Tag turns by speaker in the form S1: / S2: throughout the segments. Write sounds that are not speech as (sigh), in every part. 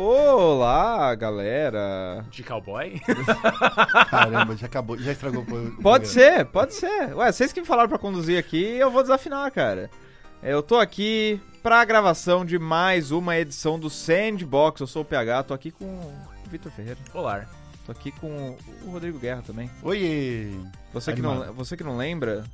S1: controlar a galera.
S2: De cowboy? (laughs)
S3: Caramba, já acabou, já estragou o
S1: (laughs)
S3: programa.
S1: Pode ser, pode ser. Ué, vocês que me falaram pra conduzir aqui, eu vou desafinar, cara. É, Eu tô aqui pra gravação de mais uma edição do Sandbox. Eu sou o PH, tô aqui com o Vitor Ferreira,
S2: Polar.
S1: tô aqui com o Rodrigo Guerra também.
S3: Oiê!
S1: Você que, não,
S3: Animado.
S1: você que não lembra,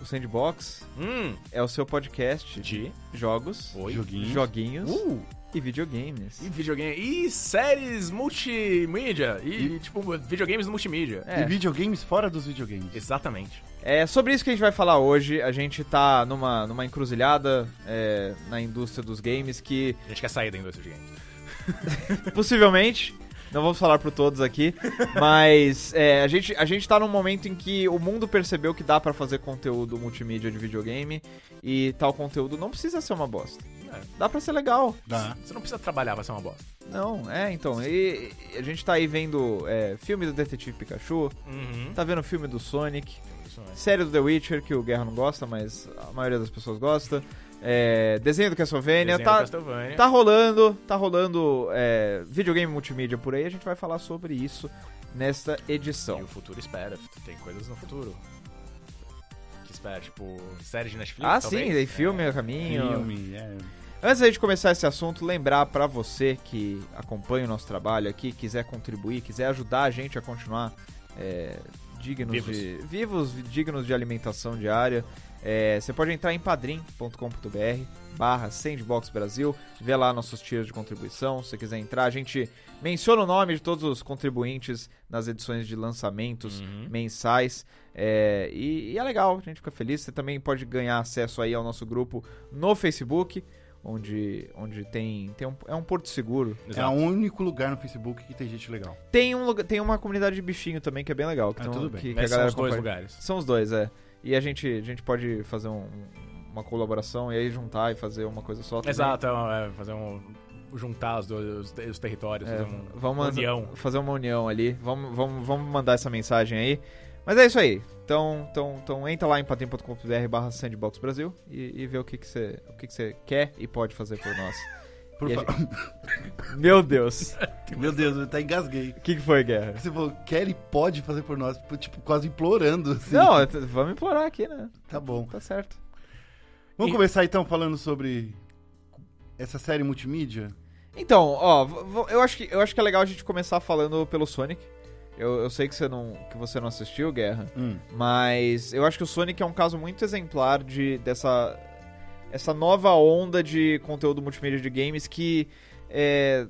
S1: o Sandbox
S2: Hum.
S1: é o seu podcast de
S2: De.
S1: jogos,
S2: Oi.
S3: Joguinho.
S1: joguinhos
S2: Uh!
S1: e videogames.
S2: E videogame. E séries multimídia. E, tipo, videogames multimídia.
S1: É.
S3: E videogames fora dos videogames.
S2: Exatamente.
S1: É sobre isso que a gente vai falar hoje. A gente tá numa, numa encruzilhada é, na indústria dos games que
S2: A gente quer sair da indústria de games.
S1: possivelmente. Não vamos falar por todos aqui, mas é, a, gente, a gente tá num momento em que o mundo percebeu que dá pra fazer conteúdo multimídia de videogame e tal conteúdo não precisa ser uma bosta.
S2: É.
S1: Dá pra ser legal.
S3: Dá.
S2: Ah, Você não precisa trabalhar pra ser uma bosta.
S1: Não, é, então. E, e a gente tá aí vendo é, filme do Detetive Pikachu,
S2: Uhum.
S1: tá vendo filme do Sonic,
S2: Isso mesmo.
S1: série do The Witcher, que o Guerra não gosta, mas a maioria das pessoas gosta, é, desenho do Castlevania,
S2: Desenho
S1: tá,
S2: Castlevania.
S1: Tá rolando, tá rolando é, videogame multimídia por aí, a gente vai falar sobre isso nesta
S2: E o
S1: edição.
S2: futuro espera. Tem coisas no futuro. Que espera, tipo, séries de Netflix.
S1: Ah, sim,
S2: talvez.
S1: tem filme a caminho.
S3: Filme, é.
S1: Antes da gente começar esse assunto, lembrar pra você que acompanha o nosso trabalho aqui, quiser contribuir, quiser ajudar a gente a continuar é, dignos
S2: Vivos.
S1: de vivos, dignos de alimentação diária. é, você pode entrar em padrim.com.br barra Sandbox Brasil, vê lá nossos tiers de contribuição, se você quiser entrar, a gente menciona o nome de todos os contribuintes nas edições de lançamentos
S2: Uhum.
S1: mensais. é, e, e é legal, a gente fica feliz. Você também pode ganhar acesso aí ao nosso grupo no Facebook, onde, onde tem, tem um, é um porto seguro.
S3: É o
S2: Exato.
S3: único lugar no Facebook que tem gente legal.
S1: Tem, um, lugar- tem uma comunidade de bichinho também que é bem legal. Que
S3: Ah,
S1: tem um-
S3: tudo bem.
S1: que- que a
S2: Esses são
S1: galera
S2: os dois
S1: compartilha.
S2: lugares.
S1: São os dois, é. E a gente, a gente pode fazer um- uma colaboração e aí juntar e fazer uma coisa só. também.
S2: Exato, é, é fazer um. Juntar os, dois, os, te- os territórios,
S1: É,
S2: fazer um,
S1: vamos
S2: união.
S1: fazer uma união ali. Vamos, vamos, vamos mandar essa mensagem aí. Mas é isso aí. Então, então, então entra lá em patrim.com.br barra Sandbox Brasil e, e vê o que que você o que que você quer e pode fazer por nós.
S3: Por
S1: E a
S3: fa-
S1: (laughs) Meu Deus.
S3: Meu Deus, eu até engasguei.
S1: O que, que foi, Guerra?
S3: Você falou, Kelly pode fazer por nós, tipo, quase implorando. assim.
S1: Não, eu t- vamos implorar aqui, né?
S3: Tá bom.
S1: Tá certo.
S3: Vamos
S2: E-
S3: começar então falando sobre essa série multimídia?
S1: Então, ó, v- v- eu acho, que, eu acho que é legal a gente começar falando pelo Sonic. Eu, eu sei que você, não, que você não assistiu, Guerra.
S3: Hum.
S1: Mas eu acho que o Sonic é um caso muito exemplar de dessa essa nova onda de conteúdo multimídia de games que é,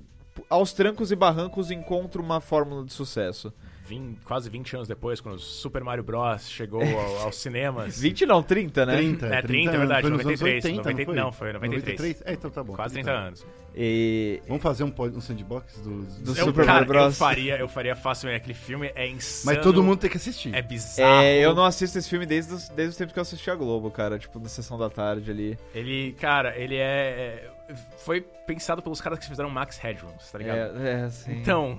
S1: aos trancos e barrancos encontra uma fórmula de sucesso.
S2: Vin- quase 20 anos depois, quando o Super Mario Bros. chegou ao-
S1: (laughs)
S2: aos cinemas.
S1: 20 não, 30, né?
S3: 30,
S2: É, 30, é
S3: anos,
S2: verdade,
S3: foi nos anos
S2: 93,
S3: 80,
S2: 90,
S3: não,
S2: não,
S3: foi?
S2: foi 93.
S3: É, então tá bom.
S2: Quase 30 anos. É um
S1: E
S3: Vamos fazer um, pod- um sandbox dos...
S1: Do
S2: Eu,
S1: Super
S2: cara,
S1: Mario Bros.
S2: Eu faria, eu faria facilmente. Aquele filme é insano.
S3: Mas todo mundo tem que assistir.
S2: É bizarro.
S1: é, eu não assisto esse filme desde os, desde os tempos que eu assisti a Globo, cara, tipo na sessão da tarde ali.
S2: Ele, cara, ele é. Foi pensado pelos caras que fizeram Max Headroom, tá ligado?
S1: É, é assim.
S2: Então,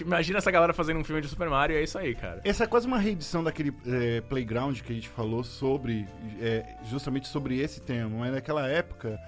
S2: imagina essa galera fazendo um filme de Super Mario e é isso aí, cara.
S3: Essa é quase uma reedição daquele é, playground que a gente falou sobre, é, justamente sobre esse tema. Mas naquela época,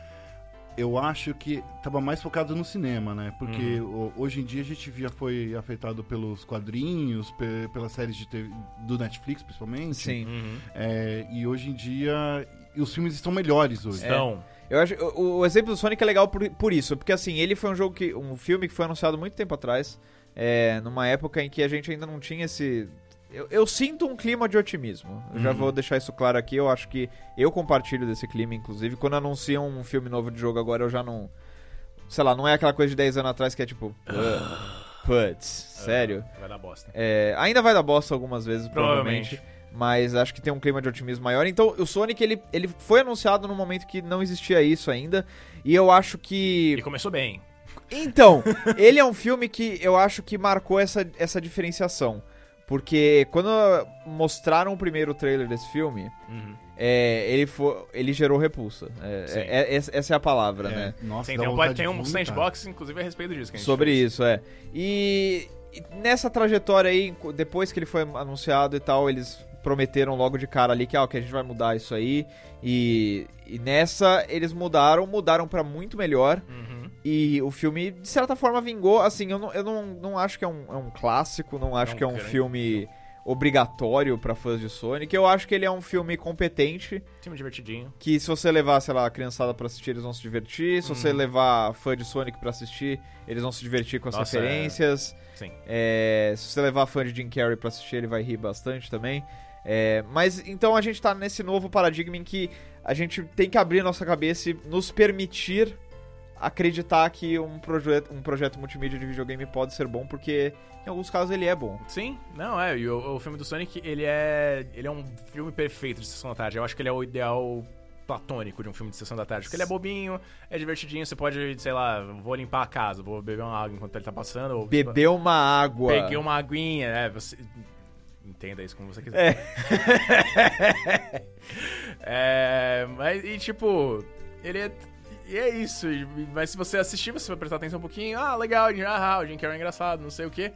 S3: eu acho que tava mais focado no cinema, né? Porque
S1: Uhum.
S3: o- hoje em dia a gente já foi afetado pelos quadrinhos, pe- pelas séries de TV, do Netflix, principalmente.
S1: sim.
S3: É, e hoje em dia, e os filmes estão melhores hoje.
S1: É,
S2: Então,
S1: Eu acho o, o exemplo do Sonic é legal por, por isso, porque assim, ele foi um jogo que. um filme que foi anunciado muito tempo atrás, é, numa época em que a gente ainda não tinha esse. Eu, eu sinto um clima de otimismo. Eu já vou deixar isso claro aqui. Eu acho que eu compartilho desse clima, inclusive. Quando anunciam um filme novo de jogo agora, eu já não. Sei lá, não é aquela coisa de 10 anos atrás que é tipo. "Ah, Putz, sério.
S2: vai dar bosta.
S1: É, ainda vai dar bosta algumas vezes, provavelmente.
S2: Provavelmente.
S1: Mas acho que tem um clima de otimismo maior. Então, o Sonic, ele, ele foi anunciado num momento que não existia isso ainda. E eu acho
S2: E (laughs)
S1: que.
S2: começou bem.
S1: Então, ele é um filme que eu acho que marcou essa, essa diferenciação. Porque quando mostraram o primeiro trailer desse filme,
S2: Uhum.
S1: é, ele, foi, ele gerou repulsa. É,
S2: Sim.
S1: é- é- essa é a palavra, né?
S3: É, Nossa,
S2: Sim,
S3: dá
S2: tem um,
S3: vontade
S2: tem
S3: de
S2: um
S3: vomitar.
S2: sandbox, inclusive, a respeito disso. Que a gente
S1: Sobre
S2: fez.
S1: isso, é. E e nessa trajetória aí, enco- depois que ele foi anunciado e tal, eles prometeram logo de cara ali que, ah, ok, a gente vai mudar isso aí. E, e nessa eles mudaram, mudaram pra muito melhor.
S2: Uhum.
S1: E o filme, de certa forma, vingou. Assim, eu não, eu não, não acho que é um, é um clássico, não acho
S2: É um
S1: que é um
S2: grande
S1: filme obrigatório pra fãs de Sonic. Eu acho que ele é um filme competente,
S2: Filme divertidinho.
S1: que se você levar, sei lá, a criançada pra assistir, eles vão se divertir. Se você
S2: Uhum.
S1: levar fã de Sonic pra assistir, eles vão se divertir com as
S2: Nossa, é.
S1: referências.
S2: Sim.
S1: É, se você levar fã de Jim Carrey pra assistir, ele vai rir bastante também. É, mas então a gente tá nesse novo paradigma em que a gente tem que abrir nossa cabeça e nos permitir acreditar que um, projeto um projeto multimídia de videogame pode ser bom, porque em alguns casos ele é bom.
S2: Sim, não, é. E o, o filme do Sonic, ele é. Ele é um filme perfeito de sessão da tarde. Eu acho que ele é o ideal platônico de um filme de sessão da tarde. Porque ele é bobinho, é divertidinho, você pode, sei lá, vou limpar a casa, vou beber uma água enquanto ele tá passando. Ou,
S1: Beber uma água.
S2: Peguei uma aguinha, né? Você... Entenda isso como você quiser.
S1: É.
S2: (laughs) É, mas, e tipo, ele é. E é isso. e- Mas se você assistir, você vai prestar atenção um pouquinho. Ah, legal, ah, ah, o Jim Carrey é engraçado, não sei o quê.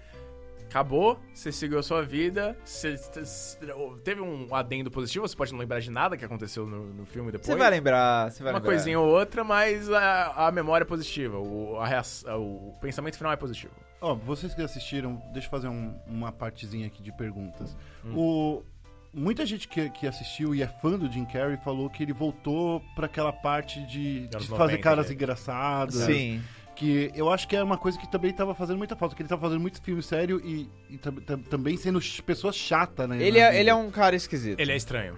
S2: Acabou, você seguiu a sua vida, você, você- teve um adendo positivo, você pode não lembrar de nada que aconteceu no, no filme depois.
S1: Você vai lembrar, você vai
S2: uma
S1: lembrar.
S2: coisinha ou outra, mas a, a memória é positiva, o, a reação, o pensamento final é positivo.
S3: Ó, vocês que assistiram, deixa eu fazer um- uma partezinha aqui de perguntas.
S2: Hum.
S3: O, muita gente que, que assistiu e é fã do Jim Carrey falou que ele voltou pra aquela parte de,
S2: Anos
S3: de fazer
S2: 90
S3: caras
S2: dele.
S3: engraçadas.
S1: Sim.
S3: Que eu acho que é uma coisa que também tava fazendo muita falta, que ele tava fazendo muito filme sério e, e tam- tam- também sendo ch- pessoa chata, né?
S1: Ele
S3: na
S2: Uhum.
S1: é,
S3: vida.
S1: ele é um cara esquisito. Ele,
S2: Ele é estranho.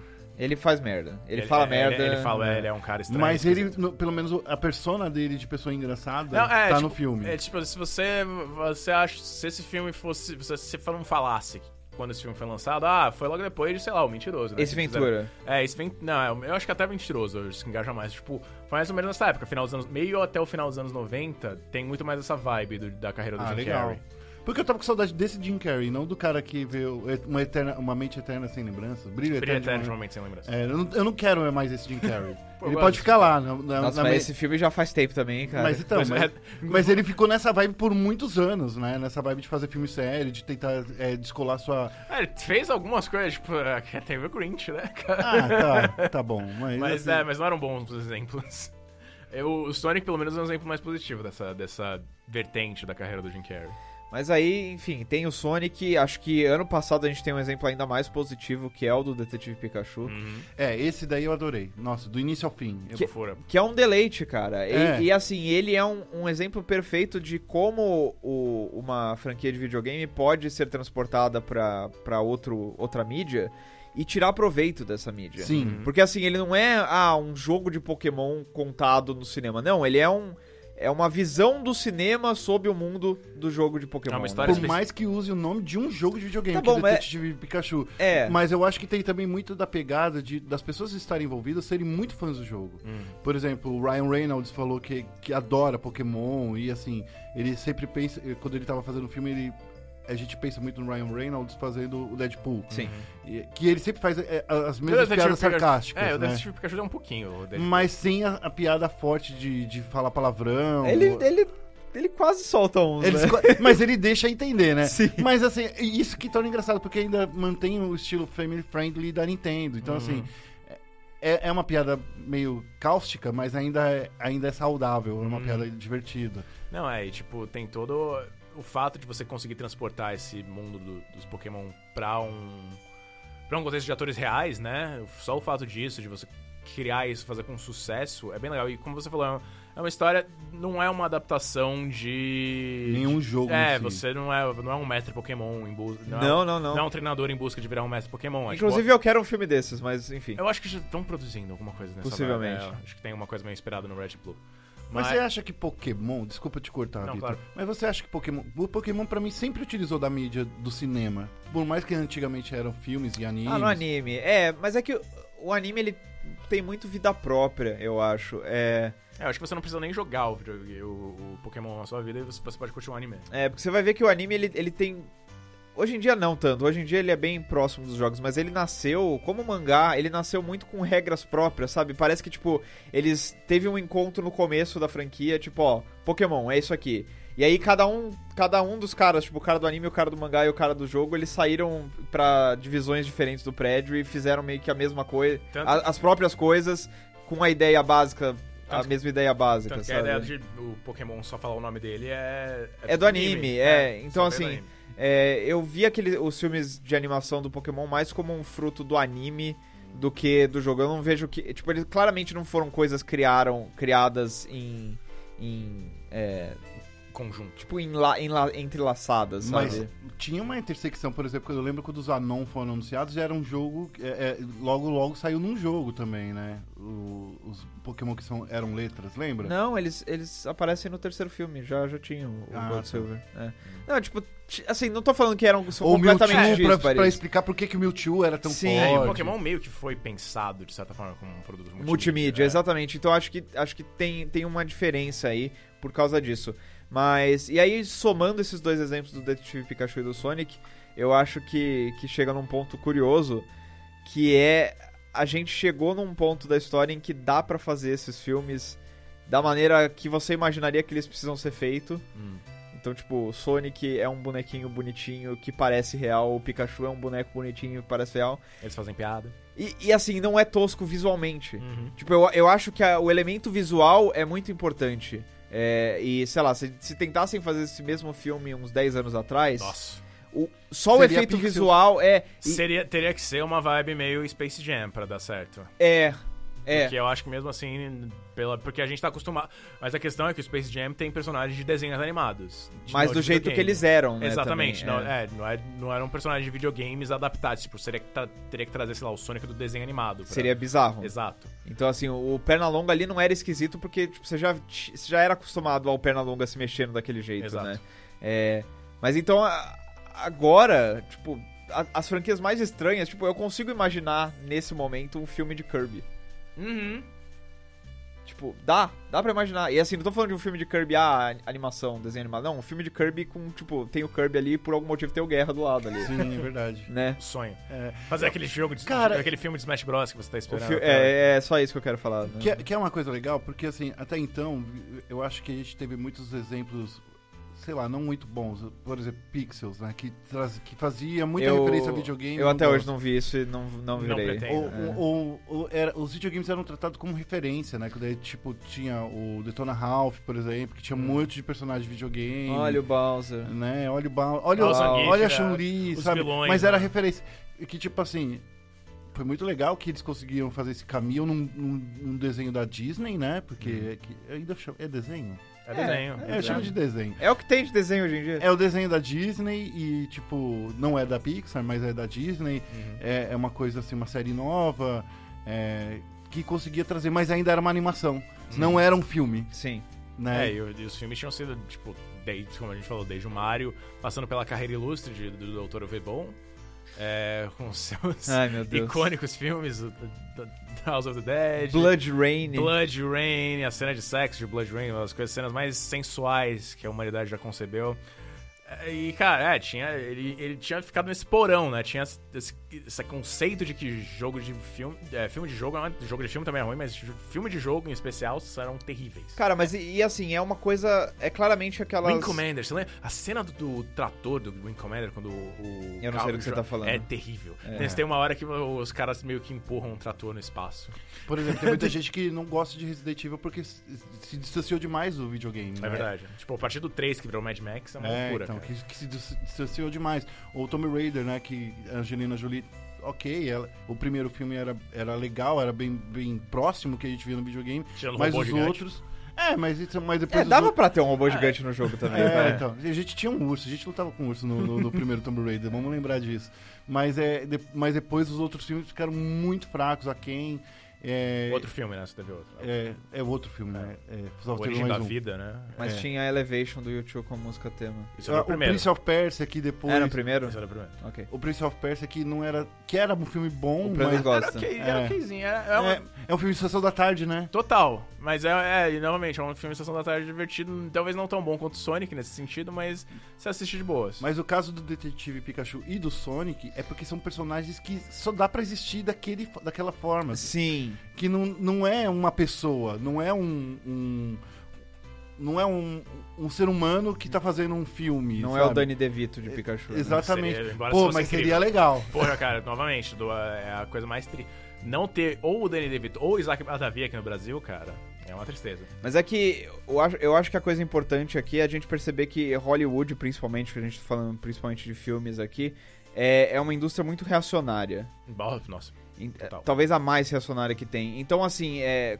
S1: faz merda. Ele, fala merda.
S2: Ele, fala, é, ele é um cara estranho.
S3: Mas ele,
S2: esquisito.
S3: no- pelo menos a persona dele de pessoa engraçada
S2: Não, é,
S3: tá
S2: tipo,
S3: no filme.
S2: É tipo, se você. Você acha. Se esse filme fosse. Se você não falasse quando esse filme foi lançado, ah, foi logo depois de, sei lá, o mentiroso. Né,
S1: Esse
S2: Que
S1: Ventura.
S2: fizeram- É, esse Ventura. Não, eu acho que até mentiroso, eu acho que engaja mais. Tipo, foi mais ou menos nessa época, final dos anos. Meio até o final dos anos 90, tem muito mais essa vibe do- da carreira do
S3: Ah,
S2: Jim
S3: legal.
S2: Carrey.
S3: Porque eu tava com saudade desse Jim Carrey, não do cara que vê o- uma, eterna, uma mente eterna sem lembranças. Brilho,
S2: Brilho
S3: eterno.
S2: eterno
S3: de
S2: de
S3: uma-
S2: momento sem lembrança.
S3: É, eu, não, eu não quero mais esse Jim Carrey.
S2: Pô, (laughs) eu
S3: ele
S2: gosto.
S3: pode ficar lá. Na, na,
S1: Nossa,
S3: na
S1: mas
S3: me-
S1: esse filme já faz tempo também, cara.
S3: Mas então,
S2: Mas
S3: mas,
S2: é-
S3: mas ele ficou nessa vibe por muitos anos, né? Nessa vibe de fazer filme sério, de tentar é, descolar sua.
S2: Ah, ele fez algumas coisas, tipo, (laughs) é, teve o Grinch, né, cara?
S3: Ah, tá, tá bom. Mas,
S2: Mas,
S3: assim,
S2: é, mas não eram bons os exemplos. (laughs) Eu, o Sonic, pelo menos, é um exemplo mais positivo dessa, dessa vertente da carreira do Jim Carrey.
S1: Mas aí, enfim, tem o Sonic. Acho que ano passado a gente tem um exemplo ainda mais positivo, que é o do Detetive Pikachu.
S2: Hum. Uhum.
S3: é, esse daí eu adorei. Nossa, do início ao fim. Eu-
S2: Que... Fura.
S1: Que é um deleite, cara. E-
S3: É.
S1: E, assim, ele é um, um exemplo perfeito de como o- uma franquia de videogame pode ser transportada pra pra outro outra mídia e tirar proveito dessa mídia.
S3: Sim.
S2: Uhum.
S1: Porque assim, ele não é ah, um jogo de Pokémon contado no cinema. Não, ele é um. É uma visão do cinema sobre o mundo do jogo de Pokémon.
S2: É uma
S1: né?
S2: história-
S3: Por mais que use o nome de um jogo de videogame,
S1: Tá
S3: que é
S1: bom, mas-
S3: Detetive Pikachu.
S1: É.
S3: Mas eu acho que tem também muito da pegada de, das pessoas que estarem envolvidas serem muito fãs do jogo.
S2: Uhum.
S3: Por exemplo, o Ryan Reynolds falou que, que adora Pokémon e assim, ele sempre pensa. eh, Quando ele tava fazendo o filme, ele. A gente pensa muito no Ryan Reynolds fazendo o Deadpool.
S1: Sim.
S3: E- que ele sempre faz é, as
S2: O
S3: mesmas
S2: Detetive Pikachu-
S3: piadas sarcásticas.
S2: É, o
S3: né?
S2: Detetive Pikachu é um pouquinho. o Detetive-
S3: Mas sem a, a piada forte de, de falar palavrão.
S1: Ele, ele, ele quase solta uns,
S3: Eles
S1: né?
S3: co- (laughs) mas Uhum. ele deixa entender, né?
S1: Sim.
S3: Mas assim, isso que torna engraçado, porque ainda mantém o estilo family friendly da Nintendo. Então,
S2: Uhum.
S3: assim, é, é uma piada meio cáustica, mas ainda é, ainda é saudável, é uma
S2: Uhum.
S3: piada divertida.
S2: Não, é, e, tipo, tem todo o fato de você conseguir transportar esse mundo do- dos Pokémon pra um. pra um contexto de atores reais, né? Só o fato disso, de você criar isso, fazer com sucesso, é bem legal. E como você falou, é uma- é uma história. não é uma adaptação de.
S3: Nenhum jogo.
S2: É,
S3: em si.
S2: você não é, não é um mestre Pokémon em busca. Não, é um-
S1: Não, não, não.
S2: não é um treinador em busca de virar um mestre Pokémon. é, tipo,
S1: Inclusive, eu quero um filme desses, mas enfim.
S2: eu acho que já estão produzindo alguma coisa nessa
S1: Possivelmente. é.
S2: vibe, é, acho que tem uma coisa meio inspirada no Red Blue.
S3: Mas você acha que Pokémon, desculpa te cortar,
S2: Não,
S3: Vitor,
S2: claro.
S3: mas você acha que Pokémon, o Pokémon pra mim sempre utilizou da mídia do cinema, por mais que antigamente eram filmes e animes.
S1: Ah, no anime. É, mas é que o- o anime, ele tem muito vida própria, eu acho. É,
S2: É, eu acho que você não precisa nem jogar o, videogame- o- o Pokémon na sua vida e você, você pode curtir um anime.
S1: é, porque você vai ver que o anime, ele, ele tem... Hoje em dia não tanto, hoje em dia ele é bem próximo dos jogos, mas ele nasceu, como mangá, ele nasceu muito com regras próprias, sabe? Parece que, tipo, eles teve um encontro no começo da franquia, tipo, ó, Pokémon, é isso aqui. E aí cada um, cada um dos caras, tipo, o cara do anime, o cara do mangá e o cara do jogo, eles saíram pra divisões diferentes do prédio e fizeram meio que a mesma coisa,
S2: Tanto-
S1: a- as próprias coisas com a ideia básica, a
S2: Tanto-
S1: mesma ideia básica,
S2: Tanto que é a
S1: sabe?
S2: ideia de o Pokémon só falar o nome dele é.
S1: É do anime, é. Então,
S2: só vem do
S1: assim,
S2: anime.
S1: É, eu vi aquele, os filmes de animação do Pokémon mais como um fruto do anime do que do jogo. Eu não vejo que. Tipo, eles claramente não foram coisas criaram, criadas em. em é,
S2: Conjunto.
S1: tipo, enla, enla, entrelaçadas,
S3: Mas
S1: sabe?
S3: tinha uma intersecção, por exemplo, quando eu lembro quando os Anon foram anunciados, já era um jogo. é, é, logo, logo saiu num jogo também, né? O- os Pokémon que são, eram letras, lembra?
S1: Não, eles, eles aparecem no terceiro filme, já, já tinham o
S3: Ah,
S1: Gold
S3: tá.
S1: Silver. é. Não, tipo, ti- assim, não tô falando que eram são
S3: Ou Mewtwo
S1: completamente
S3: pra,
S1: dispares.
S3: pra explicar por que, que o Mewtwo era tão
S1: Sim.
S2: É,
S3: forte.
S2: e o Pokémon meio que foi pensado, de certa forma, como um produto multimídia.
S1: Multimídia,
S2: é.
S1: exatamente. Então acho que, acho que tem, tem uma diferença aí por causa disso. Mas. E aí, somando esses dois exemplos do Detetive Pikachu e do Sonic, eu acho que, que chega num ponto curioso que é. A gente chegou num ponto da história em que dá pra fazer esses filmes da maneira que você imaginaria que eles precisam ser feitos.
S2: Hum.
S1: Então, tipo, o Sonic é um bonequinho bonitinho que parece real, o Pikachu é um boneco bonitinho que parece real.
S2: Eles fazem piada.
S1: E, e, assim, não é tosco visualmente. Tipo, eu, eu acho que a- o elemento visual é muito importante. É, e, sei lá, se, se tentassem fazer esse mesmo filme uns 10 anos atrás,
S2: Nossa.
S1: o- só o
S3: Seria
S1: efeito
S3: pixels.
S1: visual é. e-
S2: Seria, teria que ser uma vibe meio Space Jam pra dar certo.
S1: é. É.
S2: Porque eu acho que mesmo assim, pela, porque a gente tá acostumado. Mas a questão é que o Space Jam tem personagens de desenhos animados. de-
S1: Mas
S2: não
S1: do
S2: de
S1: jeito que
S2: videogame.
S1: eles eram, né?
S2: Exatamente,
S1: também,
S2: não, é. não, é- não eram personagens de videogames adaptados. Tipo, seria que tra- teria que trazer, sei lá, o Sonic do desenho animado. pra-
S1: Seria bizarro.
S2: Exato.
S1: Então, assim, o o Pernalonga ali não era esquisito porque tipo, você, já, t- você já era acostumado ao Pernalonga se mexendo daquele jeito,
S2: Exato.
S1: né? É, mas então, a- agora, tipo, a- as franquias mais estranhas, tipo, eu consigo imaginar nesse momento um filme de Kirby.
S2: Uhum.
S1: Tipo, dá, dá pra imaginar. E assim, não tô falando de um filme de Kirby, ah, animação, desenho animado. Não, um filme de Kirby com, tipo, tem o Kirby ali e por algum motivo tem o Guerra do lado ali,
S3: Sim, é verdade.
S1: né?
S2: Sonho.
S3: É.
S2: Fazer aquele jogo de
S3: Cara-
S2: aquele filme de Smash Bros que você tá
S1: O
S2: esperando.
S1: fi-
S2: até hoje.
S1: é, é só isso que eu quero falar. Né?
S3: Que, é- que é uma coisa legal, porque assim, até então, eu acho que a gente teve muitos exemplos, sei lá, não muito bons. Por exemplo, Pixels, né? Que, traz, que fazia muita
S1: Eu-
S3: referência a videogame.
S1: Eu até hoje
S3: gosto.
S1: não vi isso e não, não
S2: Não
S1: virei.
S2: pretendo.
S3: Ou-
S1: É.
S3: ou- ou era- os videogames eram tratados como referência, né? Que daí, tipo, tinha o Detona Ralph, por exemplo, que tinha um monte de personagens de videogame.
S1: Olha o Bowser.
S3: né? Olha o Baum, olha,
S2: Olha o
S3: o-
S2: Zangief,
S3: olha a
S2: né?
S3: Chun-Li,
S2: Os
S3: sabe?
S2: vilões,
S3: Mas era
S2: né?
S3: referência. E Que tipo assim, foi muito legal que eles conseguiram fazer esse caminho num, num- num desenho da Disney, né? Porque é que- eu ainda chamo, é desenho?
S2: É desenho.
S3: É, eu chamo de desenho.
S1: É o que tem de desenho hoje em dia.
S3: É o desenho da Disney e, tipo, não é da Pixar, mas é da Disney.
S2: Uhum.
S3: É, é uma coisa assim, uma série nova é, que conseguia trazer, mas ainda era uma animação. Não era um filme,
S1: Sim.
S3: né?
S2: É, e, o- e os filmes tinham sido, tipo, desde, como a gente falou, desde o Mario, passando pela carreira ilustre de- do Dr. Vebon, é, com os seus
S1: Ai, meu Deus.
S2: icônicos filmes, o- do- do House of the Dead,
S1: Blood Rain.
S2: Blood Rain, a cena de sexo de Blood Rain, uma das coisas, cenas mais sensuais que a humanidade já concebeu. E, cara, é, tinha, ele, ele tinha ficado nesse porão, né? Tinha esse, esse- esse conceito de que jogo de filme. É, filme de jogo, não, jogo de filme também é ruim, mas filme de jogo em especial serão terríveis.
S1: Cara, mas e, e assim, é uma coisa. É claramente aquelas.
S2: Wing Commander, você lembra? A cena do, do trator do Wing Commander, quando o. o
S1: Eu não
S2: carro
S1: sei do que você
S2: jo-
S1: tá falando.
S2: É terrível.
S1: É.
S2: Tem- Tem uma hora que os caras meio que empurram um trator no espaço.
S3: Por exemplo,
S2: (laughs)
S3: tem muita gente que não gosta de Resident Evil porque se, se distanciou demais do videogame.
S2: É
S3: né?
S2: verdade. Tipo, a partir do 3 que virou Mad Max é uma
S3: É,
S2: loucura.
S3: então,
S2: cara.
S3: que, que se dis- distanciou demais. Ou Tomb Raider, né? Que a Angelina Jolie, ok, ela- o primeiro filme era, era legal, era bem, bem próximo que a gente via no videogame,
S2: Tirando o
S3: mas
S2: um robô
S3: os
S2: gigante.
S3: outros. É, mas, isso- mas depois.
S1: É,
S3: os
S1: dava
S3: outros-
S1: pra ter um robô gigante no jogo também,
S3: É,
S1: né?
S3: então. A gente tinha um urso, a gente lutava com um urso no, no- no primeiro Tomb Raider, vamos lembrar disso. Mas, é, de- mas depois os outros filmes ficaram muito fracos, a quem. É,
S2: Outro filme, né? Você teve outro.
S3: é, é outro filme, né? É, só
S2: o
S3: teve
S2: Origem
S3: mais
S2: da
S3: um.
S2: Vida, né?
S1: Mas
S3: É.
S1: tinha a Elevation do YouTube como música tema.
S2: Isso era é o
S3: Ah, o
S2: primeiro.
S3: Prince of Persia que depois.
S1: Era é o primeiro?
S3: é.
S2: Isso era o primeiro.
S1: Ok.
S3: O Prince of Persia que não era. Que era um filme bom,
S1: O Prêmio
S3: mas.
S2: Era
S1: gosta.
S2: ok,
S3: É.
S2: era okzinho. Era, era uma-
S3: É, é um filme de sessão da tarde, né?
S2: Total. Mas é, é, e novamente, é um filme de Sessão da Tarde divertido. Talvez não tão bom quanto Sonic nesse sentido, mas você assiste de boas.
S3: Mas o caso do Detetive Pikachu e do Sonic é porque são personagens que só dá pra existir daquele, daquela forma.
S1: Sim.
S3: Que não, não é uma pessoa, não é um. um não é um, um ser humano que tá fazendo um filme.
S1: Não é
S3: sabe?
S1: o Danny DeVito de Pikachu. né?
S3: Exatamente.
S2: Seria- embora
S3: Pô,
S2: fosse
S3: mas
S2: incrível.
S3: seria legal.
S2: Porra, cara, novamente, do- é a coisa mais tri. Não ter ou o Danny DeVito ou o Isaac Badavi aqui no Brasil, cara, é uma tristeza.
S1: Mas é que eu acho, eu acho que a coisa importante aqui é a gente perceber que Hollywood, principalmente, que a gente tá falando principalmente de filmes aqui, é, é uma indústria muito reacionária.
S2: Bom, Nossa.
S1: Em- é,
S2: Total.
S1: Talvez a mais reacionária que tem. Então, assim, é,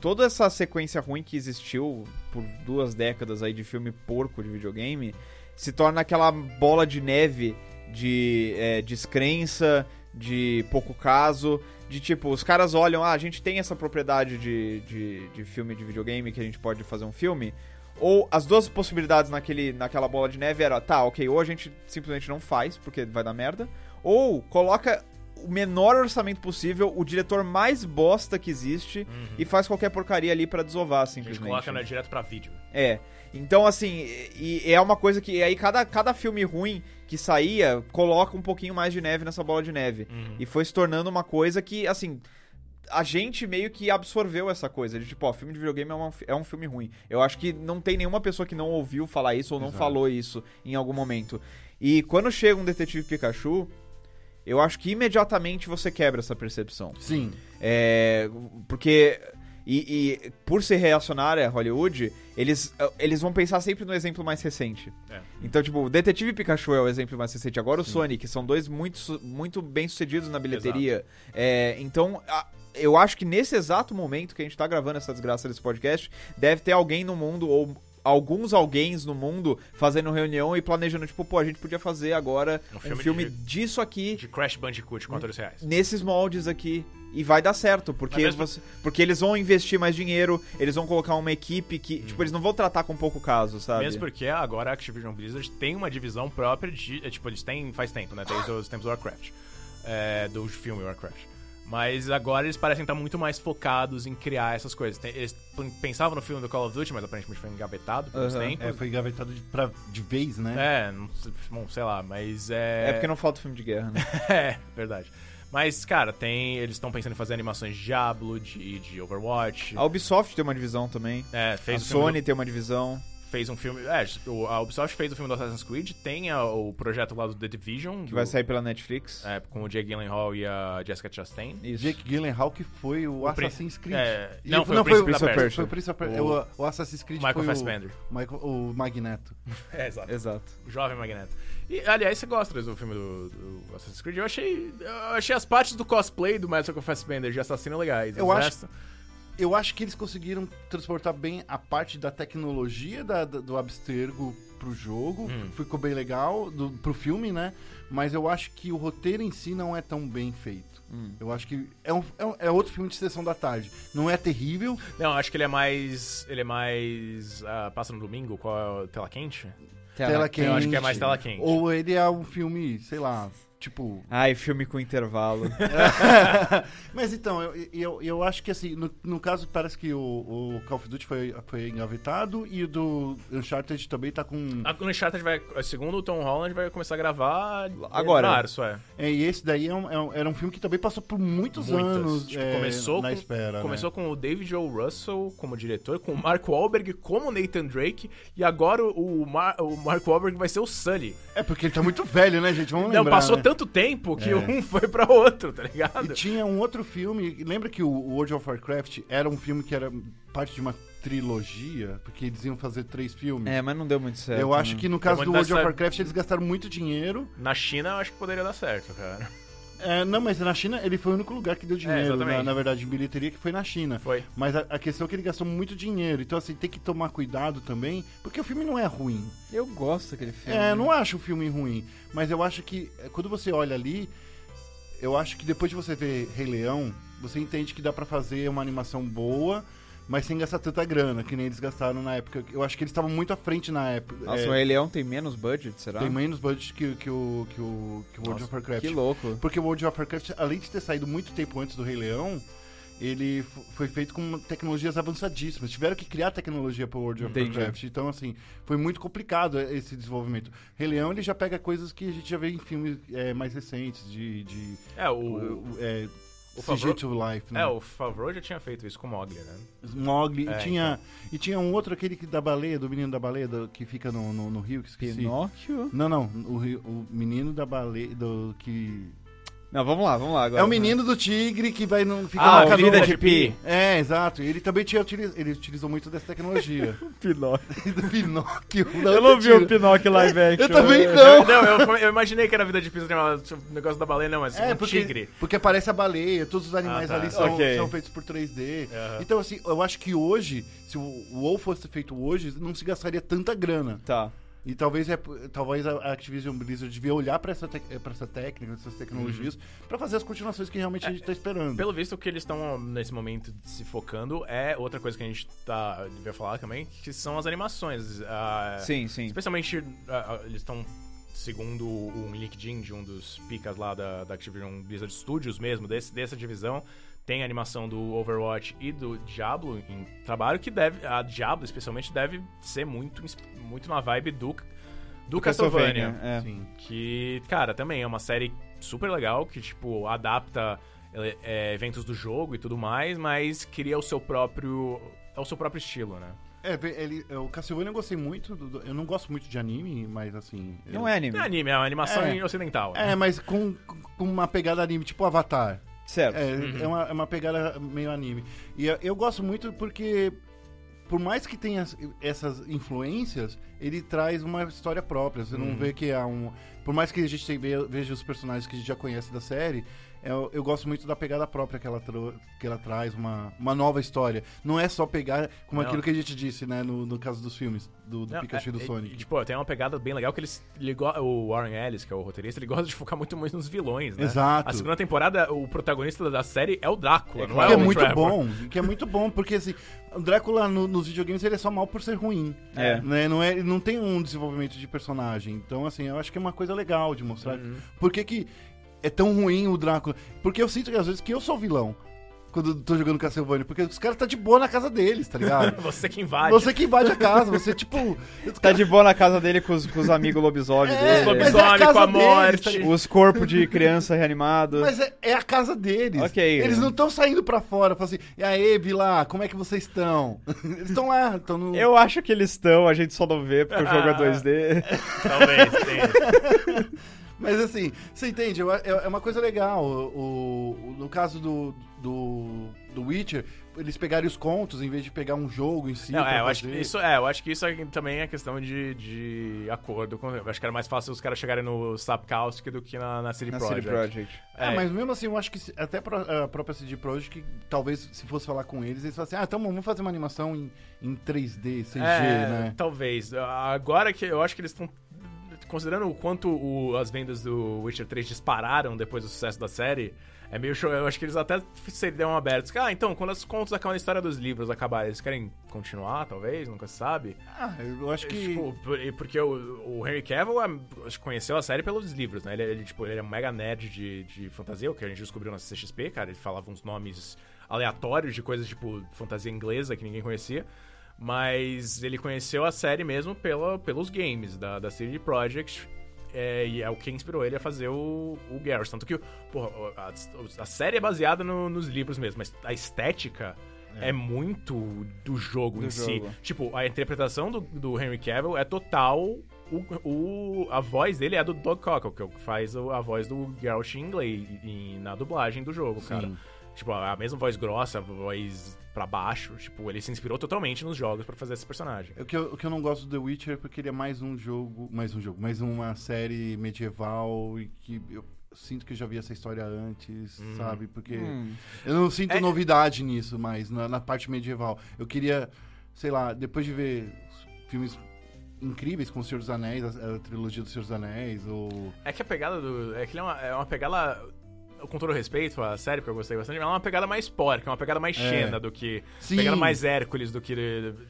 S1: toda essa sequência ruim que existiu por duas décadas aí de filme porco de videogame se torna aquela bola de neve de é, descrença, de pouco caso, de tipo, os caras olham, ah, a gente tem essa propriedade de, de, de filme de videogame que a gente pode fazer um filme. Ou as duas possibilidades naquele, naquela bola de neve era, tá, ok, ou a gente simplesmente não faz, porque vai dar merda, ou coloca o menor orçamento possível, o diretor mais bosta que existe, e faz qualquer porcaria ali pra desovar,
S2: A gente
S1: simplesmente.
S2: coloca né, direto pra vídeo.
S1: É. Então, assim, e e é uma coisa que. Aí cada, cada filme ruim que saía coloca um pouquinho mais de neve nessa bola de neve. E foi se tornando uma coisa que, assim. A gente meio que absorveu essa coisa de tipo, ó, filme de videogame é, uma- é um filme ruim. Eu acho que não tem nenhuma pessoa que não ouviu falar isso ou não
S3: Exato.
S1: falou isso em algum momento. E quando chega um Detetive Pikachu, eu acho que imediatamente você quebra essa percepção.
S3: Sim.
S1: É, porque. E, e por ser reacionária a Hollywood, eles, eles vão pensar sempre no exemplo mais recente.
S2: É.
S1: Então, tipo, o Detetive Pikachu é o exemplo mais recente. Agora o Sonic, são dois muito, su- muito bem sucedidos na bilheteria. É, então, a- eu acho que nesse exato momento que a gente tá gravando essa desgraça desse podcast, deve ter alguém no mundo, ou alguns alguéms no mundo, fazendo reunião e planejando, tipo, pô, a gente podia fazer agora
S2: Um
S1: um
S2: filme
S1: filme,
S2: de-
S1: disso aqui
S2: De Crash Bandicoot, 400 reais.
S1: nesses moldes aqui. E vai dar certo, porque,
S2: Mas mesmo-
S1: você- porque eles vão investir mais dinheiro, eles vão colocar uma equipe que. Tipo, eles não vão tratar com pouco caso, sabe?
S2: Mesmo porque agora a Activision Blizzard tem uma divisão própria de. é, Tipo, eles têm faz tempo, né? Desde os tempos do Warcraft. É, do filme Warcraft. Mas agora eles parecem estar muito mais focados em criar essas coisas. Tem- eles p- pensavam no filme do Call of Duty, mas aparentemente foi engavetado pelos
S1: Aham.
S2: tempos.
S3: É, foi gavetado de, pra- de vez, né?
S2: É, não sei- bom, sei lá, mas é.
S1: É porque não falta filme de guerra, né?
S2: (laughs) É, verdade. Mas, cara, tem. Eles estão pensando em fazer animações de Diablo, de, de Overwatch.
S1: A Ubisoft tem uma divisão também.
S2: É, fez
S1: a
S2: o filme
S1: Sony tem uma divisão.
S2: do- fez um filme. É, o- a Ubisoft fez o filme do Assassin's Creed, tem a- o projeto lá do The Division.
S1: Que vai sair pela Netflix.
S2: É, com o Jake Gyllenhaal e a Jessica Chastain.
S1: Isso.
S3: Jake Gyllenhaal que foi o,
S2: Prin-
S3: Assassin's Creed.
S2: É,
S3: E-
S2: não, foi o
S3: foi o
S2: Príncipe da Pérsia.
S3: Foi o Prince of Persia.
S2: O-
S3: O, o Assassin's Creed
S2: Michael
S3: foi
S2: Fassbender.
S3: O, Michael- o Magneto.
S2: É, exato.
S1: Exato.
S2: O jovem Magneto. E, aliás, você gosta do filme do, do Assassin's Creed? Eu achei, eu achei as partes do cosplay do Michael Fassbender de assassino legais.
S3: Eu
S2: O
S3: acho-
S2: resto-
S3: Eu acho que eles conseguiram transportar bem a parte da tecnologia da- da- do abstergo pro jogo.
S2: Hum.
S3: Ficou bem legal, do, pro filme, né? Mas eu acho que o roteiro em si não é tão bem feito.
S2: Hum.
S3: Eu acho que é, um- é um- é outro filme de sessão da tarde. Não é terrível,
S2: Não, acho que ele é mais. Ele é mais. ah, passa no domingo? Qual é o tela quente?
S3: tela quente.
S2: Eu acho que é mais tela quente.
S3: Ou ele é um filme, sei lá,
S2: (laughs)
S3: tipo.
S1: Ai, filme com intervalo.
S3: Mas então, eu, eu, eu acho que assim, no, no caso parece que o, o Call of Duty foi, foi engavetado e o do Uncharted também tá com.
S2: A o Ah, Uncharted vai. Segundo o Tom Holland, vai começar a gravar
S1: Agora.
S2: Em março, é.
S3: É, e esse daí é um- é um- era um filme que também passou por muitos
S2: Muitas.
S3: anos
S2: Tipo,
S3: é,
S2: começou
S3: na
S2: com-
S3: espera.
S2: Começou com o David O. Russell como diretor, com o Mark Wahlberg como Nathan Drake, e agora o, Mar- o Mark Wahlberg vai ser o Sully.
S3: né? É porque ele tá muito velho, né, gente? Vamos
S2: Não,
S3: lembrar,
S2: passou
S3: né?
S2: tanto tempo que
S3: É.
S2: um (laughs) foi pra outro, tá
S3: E
S2: ligado?
S3: tinha um outro filme. Lembra que o World of Warcraft era um filme que era parte de uma trilogia? Porque eles iam fazer três filmes.
S1: é, mas não deu muito certo.
S3: eu acho
S1: né?
S3: que no caso
S2: muito
S3: do World
S2: dessa-
S3: of Warcraft eles gastaram muito dinheiro.
S2: Na China, eu acho que poderia dar certo, cara.
S3: É, não, mas na China ele foi o único lugar que deu dinheiro,
S2: É, exatamente.
S3: na, na verdade, em bilheteria, que foi na China.
S2: Foi.
S3: Mas a, a questão é que ele gastou muito dinheiro, então assim, tem que tomar cuidado também, porque o filme não é ruim.
S1: Eu gosto daquele filme.
S3: É, não acho o filme ruim, mas eu acho que é, quando você olha ali, eu acho que depois de você ver Rei Leão, você entende que dá pra fazer uma animação boa, mas sem gastar tanta grana, que nem eles gastaram na época. Eu acho que eles estavam muito à frente na época.
S1: Nossa,
S3: É,
S1: o Rei Leão tem menos budget, será?
S3: tem menos budget que, que o, que o que o World
S1: Nossa,
S3: of Warcraft.
S1: Que louco.
S3: Porque o World of Warcraft, além de ter saído muito tempo antes do Rei Leão, ele f- foi feito com tecnologias avançadíssimas. Tiveram que criar tecnologia para World of
S1: Entendi.
S3: Warcraft. Então, assim, foi muito complicado eh, esse desenvolvimento. Rei Leão, ele já pega coisas que a gente já vê em filmes eh, mais recentes, de... de
S2: É,
S3: o,
S2: o.
S3: o- eh,
S2: O
S3: CG
S2: Favreau-
S3: to Life, né?
S2: É, o Favreau já tinha feito isso com o Mogli, né?
S3: Smogli.
S2: É,
S3: e, tinha, e tinha um outro, aquele que, da baleia, do menino da baleia, do- que fica no, no, no rio, que esqueci.
S1: Pinóquio?
S3: Não, não. O, rio- o menino da baleia, do que...
S1: Não, vamos lá, vamos lá agora.
S3: é o menino do tigre que vai não fica
S1: Ah,
S3: na
S1: o
S3: canoa.
S1: Vida de Pi.
S3: É, exato. Ele também tinha utiliz... ele utilizou muito dessa tecnologia.
S1: né? Pinóquio.
S3: (laughs) do Pinóquio. da
S1: Eu
S3: outra
S1: não vi o
S3: Então tira. É,
S1: Pinóquio live action.
S3: Eu também
S2: Eu-
S3: não.
S2: Não, eu, eu imaginei que era vida de piso, né, mas o negócio da baleia, não, mas
S3: É,
S2: um
S3: porque,
S2: tigre.
S3: porque aparece a baleia, todos os animais
S2: Ah, tá.
S3: ali são,
S1: Ok.
S3: são feitos por 3D.
S2: Aham.
S3: Então, assim, eu acho que hoje, se o WoW fosse feito hoje, não se gastaria tanta grana.
S1: Tá.
S3: E talvez, é, talvez a Activision Blizzard devia olhar pra essa, tec- pra essa técnica, essas tecnologias,
S1: Uhum.
S3: pra fazer as continuações que realmente a gente tá esperando.
S2: Pelo visto, o que eles estão nesse momento se focando é outra coisa que a gente tá, devia falar também, que são as animações. Ah,
S1: Sim, sim.
S2: Especialmente, ah, ah, eles estão, segundo um LinkedIn de um dos picas lá da, da Activision Blizzard Studios mesmo, desse, dessa divisão, tem a animação do Overwatch e do Diablo em trabalho, que deve, a Diablo especialmente deve ser muito, ins- muito na vibe do, do Castlevania.
S1: É.
S3: Sim.
S2: Que, cara, também é uma série super legal, que, tipo, adapta ele- é, eventos do jogo e tudo mais, mas cria o seu próprio. É o seu próprio estilo, né?
S3: É, ve- ele, é, o Castlevania eu gostei muito. do- do- eu não gosto muito de anime, mas assim.
S1: Não
S3: eu-
S1: é
S2: É
S1: anime.
S2: anime, é uma animação
S3: É.
S2: ocidental. né?
S3: É, mas com, com uma pegada anime, tipo Avatar.
S1: Certo.
S3: É, é, uma, é uma pegada meio anime. E eu, eu gosto muito porque, por mais que tenha as- essas influências, ele traz uma história própria. Você
S2: Uhum.
S3: não vê que há um. Por mais que a gente tenha- ve- veja os personagens que a gente já conhece da série, é, eu, eu gosto muito da pegada própria que ela, tro- que ela traz, uma, uma nova história. Não é só pegar, como
S2: Não.
S3: aquilo que a gente disse, né, no, no caso dos filmes, do, do
S2: Não, é-
S3: Pikachu e do
S2: é-
S3: Sonic.
S2: e, tipo, tem uma pegada bem legal que eles. ele go- o Warren Ellis, que é o roteirista, ele gosta de focar muito mais nos vilões, né?
S3: Exato.
S2: A segunda temporada, o protagonista da série é o Drácula, não é,
S3: que é
S2: o
S3: muito
S2: Trevor.
S3: bom, que é muito bom, porque assim, o Drácula no- nos videogames ele é só mal por ser ruim.
S1: É.
S3: Né? Não, é, não tem um desenvolvimento de personagem. Então, assim, eu acho que é uma coisa legal de mostrar. Por que, que é tão ruim o Drácula? Porque eu sinto que às vezes que eu sou vilão quando eu tô jogando Castlevania, porque os caras tá de boa na casa deles, tá
S2: (laughs)
S3: ligado?
S2: (laughs) Você que invade.
S3: Você que invade a casa, você tipo.
S1: Tá de boa na casa dele com os, com os amigos lobisomem
S3: É,
S1: dele.
S3: mas é a
S2: Lobisomem
S3: casa
S2: com a
S3: deles,
S2: morte.
S3: tá ligado?
S1: Os corpos de criança reanimados.
S3: Mas é, é a casa deles.
S1: Ok.
S3: Eles não estão saindo pra fora, falam assim, e aí, Bila, como é que vocês estão? (laughs) Eles estão lá, estão no.
S1: Eu acho que eles estão, a gente só não vê porque o jogo é 2D.
S2: Talvez, tenha.
S3: Mas assim, você entende? Eu- É é uma coisa legal. O, o- no caso do, do, do Witcher, eles pegarem os contos em vez de pegar um jogo em si.
S2: Não,
S3: pra
S2: é, eu acho que
S3: fazer.
S2: isso, é, eu acho que isso é também é questão de, de acordo. Com, eu acho que era mais fácil os caras chegarem no Sapkowski do que na, na City
S1: Na
S2: Project.
S1: City Project.
S2: É,
S3: Ah, mas mesmo assim, eu acho que se- até pro- a própria CD Projekt, que talvez se fosse falar com eles, eles falassem, ah, então vamos fazer uma animação em, em 3D, CG,
S2: é,
S3: né?
S2: Talvez. Agora que eu acho que eles estão. Considerando o quanto o- as vendas do Witcher 3 dispararam depois do sucesso da série, é meio show. Eu acho que eles até seriam abertos. Ah, então, quando os contos acabam, a história dos livros acabar, eles querem continuar, talvez? Nunca se sabe.
S3: Ah, eu acho que...
S2: Tipo, por- e porque o, o Henry Cavill é- acho que conheceu a série pelos livros, né? Ele, ele, tipo, ele é um mega nerd de, de fantasia, o que a gente descobriu na CXP, cara. Ele falava uns nomes aleatórios de coisas tipo fantasia inglesa que ninguém conhecia. Mas ele conheceu a série mesmo pela, pelos games da, da CD Projekt. é, e é o que inspirou ele a fazer o, o Garrus. Tanto que porra, a, a série é baseada no- nos livros mesmo, mas a estética é, muito do jogo
S1: Do
S2: em si.
S1: jogo.
S2: Tipo, a interpretação do, do Henry Cavill é total. O, o- a voz dele é do Doug Cockle, que é o que faz o- a voz do Geralt em inglês em- na dublagem do jogo, cara. Tipo, a a mesma voz grossa, a voz pra baixo. Tipo, ele se inspirou totalmente nos jogos pra fazer esse personagem.
S3: O que, eu, o que eu não gosto do The Witcher é porque ele é mais um jogo, mais um jogo, mais uma série medieval e que eu sinto que eu já vi essa história antes, sabe? Porque
S1: Hum.
S3: eu não sinto
S2: Hum. É-
S3: novidade nisso, mas na, na parte medieval. Eu queria, sei lá, depois de ver filmes incríveis como O Senhor dos Anéis, a, a trilogia do Senhor dos Anéis, ou...
S2: É que a pegada do. É que ele é uma, é uma pegada. Com todo respeito à série, porque eu gostei bastante, mas é uma pegada mais porca, é uma pegada mais Xena do que.
S3: Sim.
S2: Pegada mais Hércules do que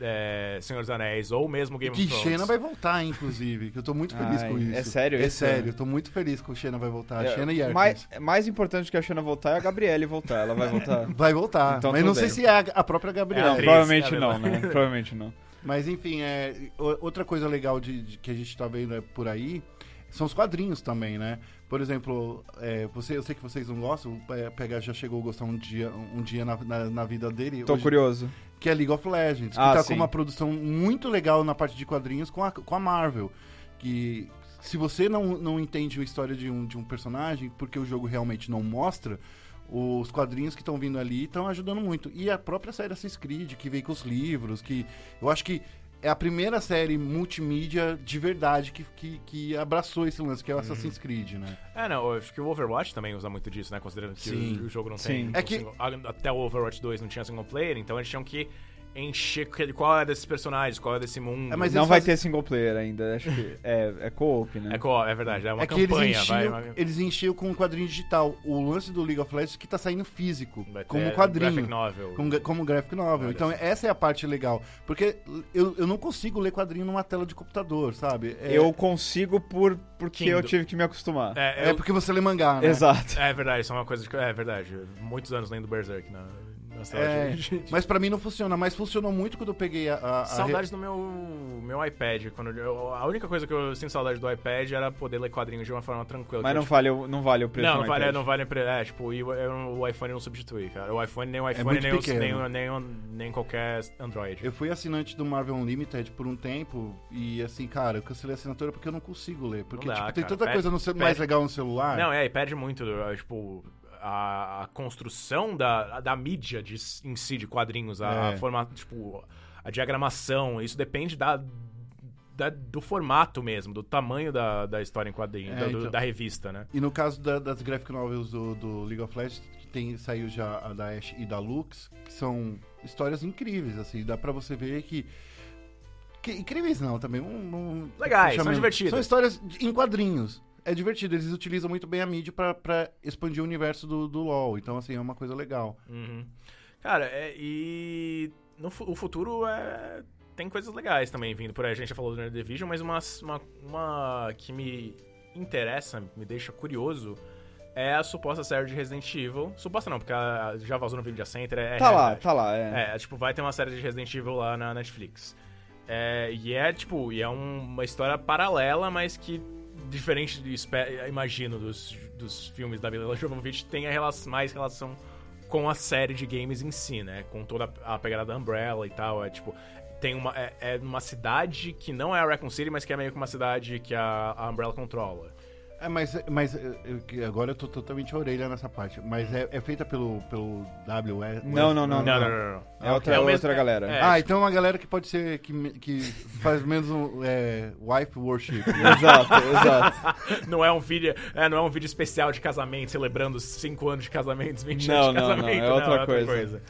S2: é, Senhor dos Anéis, ou mesmo Game
S3: Que
S2: of Thrones.
S3: Xena vai voltar, inclusive, que eu tô muito feliz
S1: Ai,
S3: com isso.
S1: é sério
S3: É
S1: isso?
S3: sério, eu tô muito feliz que o Xena vai voltar.
S1: É,
S3: Xena e Hércules.
S1: mais, mais importante que a Xena voltar é a Gabriele voltar. Ela vai voltar.
S3: Vai voltar,
S1: Então
S3: mas
S1: tudo
S3: não sei
S1: bem.
S3: se (laughs) é a, a própria
S1: É,
S3: Gabriela.
S1: não,
S2: atriz,
S1: provavelmente
S2: cara,
S1: não,
S2: ela-
S1: né? Provavelmente não.
S3: Mas enfim, é, o- outra coisa legal de, de- que a gente tá vendo é por aí são os quadrinhos também, né? Por exemplo, é, você, eu sei que vocês não gostam, o Pe- PH já chegou a gostar um dia, um dia na, na- na vida dele.
S1: Tô
S3: hoje,
S1: curioso.
S3: Que é League of Legends, que
S1: Ah,
S3: tá
S1: sim.
S3: com uma produção muito legal na parte de quadrinhos com a, com a Marvel. Que se você não, não entende a história de um, de um personagem, porque o jogo realmente não mostra, os quadrinhos que estão vindo ali estão ajudando muito. E a própria série Assassin's Creed, que veio com os livros, que eu acho que é a primeira série multimídia de verdade que, que, que abraçou esse lance,
S2: Uhum.
S3: que é o Assassin's Creed, né?
S2: É, não, eu acho que o Overwatch também usa muito disso, né? Considerando que
S3: Sim.
S2: o, o jogo não
S1: Sim.
S2: tem.
S3: É
S2: um
S3: que-
S2: single- a- até o Overwatch 2 não tinha single player, então eles tinham que encher aquele- qual é desses personagens, qual é desse mundo.
S3: É, mas
S1: não
S3: eles
S1: vai
S3: fazem-
S1: ter single player ainda, acho que é, é co-op, né?
S2: É, qual- é verdade, é uma
S3: é que eles
S2: campanha, vai.
S3: enchiam,
S2: uma-
S3: eles enchiam com um quadrinho digital. O lance do League of Legends que tá saindo físico,
S2: vai ter
S3: como
S2: Graphic
S3: quadrinho.
S2: novel.
S3: Como, gra- como graphic novel.
S2: Olha
S3: então, essa é a parte legal. Porque eu, eu não consigo ler quadrinho numa tela de computador, sabe? É,
S1: Eu consigo por, porque eu
S2: Kindle.
S1: tive que me acostumar.
S2: É,
S3: é
S2: eu-
S3: porque você lê mangá, né?
S1: Exato.
S2: é verdade, isso é uma coisa de. É verdade. Muitos anos lendo Berserk na, na
S3: É,
S2: saudade.
S3: mas pra mim não funciona. Mas funcionou muito quando eu peguei a... a, a
S2: Saudades do meu, meu iPad. Quando eu- a única coisa que eu sinto saudade do iPad era poder ler quadrinhos de uma forma tranquila.
S1: Mas
S2: que eu,
S1: não vale, o- não vale o preço
S2: Não,
S1: do
S2: não vale,
S1: iPad.
S2: não vale pre- É, tipo, e o, eu não- o iPhone não substitui, cara. O iPhone, nem o iPhone,
S3: É muito
S2: nem, o,
S3: pequeno.
S2: nem, o- nem, o- nem qualquer Android.
S3: Eu fui assinante do Marvel Unlimited por um tempo e, assim, cara, eu cancelei a assinatura porque eu não consigo ler. Porque,
S2: dá,
S3: tipo, tem
S2: cara.
S3: tanta
S2: Pede-
S3: coisa no ce-
S2: pede-
S3: mais legal no celular.
S2: Não, é, e perde muito, do- tipo, a, a construção da, da mídia de, em si, de quadrinhos, a
S3: É.
S2: formato, tipo, a diagramação, isso depende da... da- do formato mesmo, do tamanho da, da história em quadrinho,
S3: É,
S2: da, do-
S3: então.
S2: da revista, né?
S3: E no caso da- das graphic novels do, do League of Legends, que tem, saiu já a da Ashe e da Lux, que são histórias incríveis, assim, dá pra você ver que. que- incríveis não, também. Um, um-
S2: Legais,
S3: chama-
S2: são divertidas.
S3: São histórias de- em quadrinhos. É divertido, eles utilizam muito bem a mídia pra, pra expandir o universo do, do LoL, então, assim, é uma coisa legal.
S2: Uhum. Cara, é- e no fu- o futuro é- tem coisas legais também vindo por aí. A gente já falou do Nerd Division, mas uma, uma, uma que me interessa, me deixa curioso, é a suposta série de Resident Evil. Suposta não, porque a- já vazou no Video Center. É, é
S1: Tá lá,
S2: realidade.
S1: tá lá, é.
S2: É, tipo, vai ter uma série de Resident Evil lá na Netflix. É, e é, tipo, e é um- uma história paralela, mas que, diferente, de, espe- imagino, dos, dos filmes da Mila Jovovich, tem a rela- mais relação com a série de games em si, né? Com toda a pegada da Umbrella e tal. É, tipo, tem uma, é, é uma cidade que não é a Raccoon City, mas que é meio que uma cidade que a, a Umbrella controla.
S3: É, mas, mas é, eu- que agora eu tô totalmente a orelha nessa parte. Mas é, é feita pelo, pelo WS.
S1: Não, não, não,
S2: Não, não, não, não.
S1: É outra,
S2: É o mesmo-
S1: outra galera.
S2: é,
S3: Ah, então uma galera que pode ser. que, me- que faz menos um, é, wife worship.
S1: (laughs)
S3: né?
S1: Exato,
S2: (laughs)
S1: exato.
S2: Não é um vídeo, é, não é um vídeo especial de casamento, celebrando 5 anos de casamento, 20 anos
S1: Não,
S2: de
S1: não, não,
S2: casamento.
S1: é outra coisa.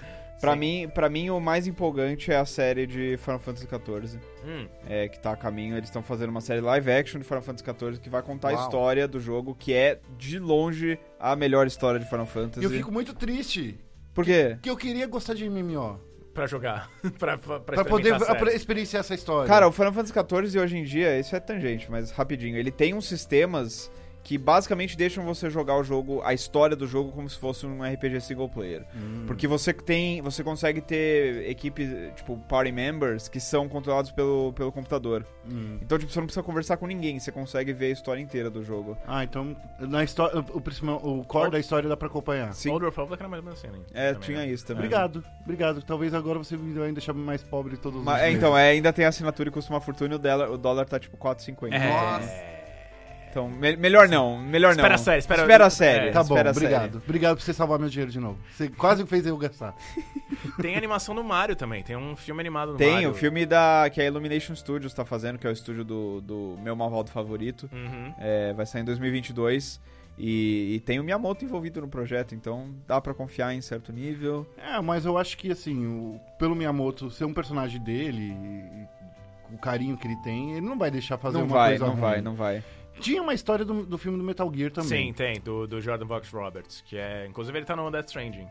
S1: Pra mim, pra mim, o mais empolgante é a série de Final Fantasy XIV,
S2: Hum,
S1: é, que tá a caminho. Eles estão fazendo uma série live action de Final Fantasy XIV que vai contar a
S3: Uau.
S1: história do jogo, que é, de longe, a melhor história de Final Fantasy.
S3: E eu fico muito triste.
S1: Por quê?
S3: Que eu queria gostar de MMO.
S2: pra jogar. (laughs) pra, pra, pra
S3: Pra poder
S2: experimentar a série.
S3: pra experienciar essa história.
S1: Cara, o Final Fantasy XIV hoje em dia, isso é tangente, mas rapidinho, ele tem uns sistemas que basicamente deixam você jogar o jogo, a história do jogo como se fosse um RPG single player. Porque você tem, você consegue ter equipe, tipo, party members que são controlados pelo, pelo computador.
S3: Hum.
S1: Então, tipo, você não precisa conversar com ninguém, você consegue ver a história inteira do jogo.
S3: Ah, então na história, o, principal- o core da história dá pra acompanhar.
S1: Sim.
S2: Old Republic era mais ou menos assim, né?
S1: É,
S2: Também,
S1: tinha
S2: né?
S1: isso também.
S3: Obrigado, obrigado. Talvez agora você me vai deixar mais pobre todos
S1: Mas,
S3: os
S1: é,
S3: dias.
S1: então, é, ainda tem assinatura e custa uma fortuna e o dólar, o dólar tá tipo 4,50.
S2: É.
S1: Então, me- melhor não, melhor não.
S2: Espera a série, espera-
S1: Espera a série.
S2: É,
S3: Tá bom,
S1: espera a série.
S3: obrigado. Obrigado por você salvar meu dinheiro de novo. Você quase fez eu gastar.
S2: Tem animação do Mario também, tem um filme animado do
S1: Tem,
S2: Mario.
S1: o filme da, que a Illumination Studios tá fazendo, que é o estúdio do, do meu malvado favorito.
S2: Uhum.
S1: É, vai sair em 2022. E, e tem o Miyamoto envolvido no projeto, então dá pra confiar em certo nível.
S3: É, mas eu acho que, assim, o- pelo Miyamoto ser um personagem dele, e- e o carinho que ele tem, ele não vai deixar fazer
S1: não
S3: uma
S1: vai,
S3: coisa
S1: não
S3: ruim.
S1: vai, não vai.
S3: Tinha uma história do, do filme do Metal Gear
S2: Sim,
S3: também.
S2: tem, do, do Jordan Box Roberts, que é. Inclusive ele tá no Death Stranding.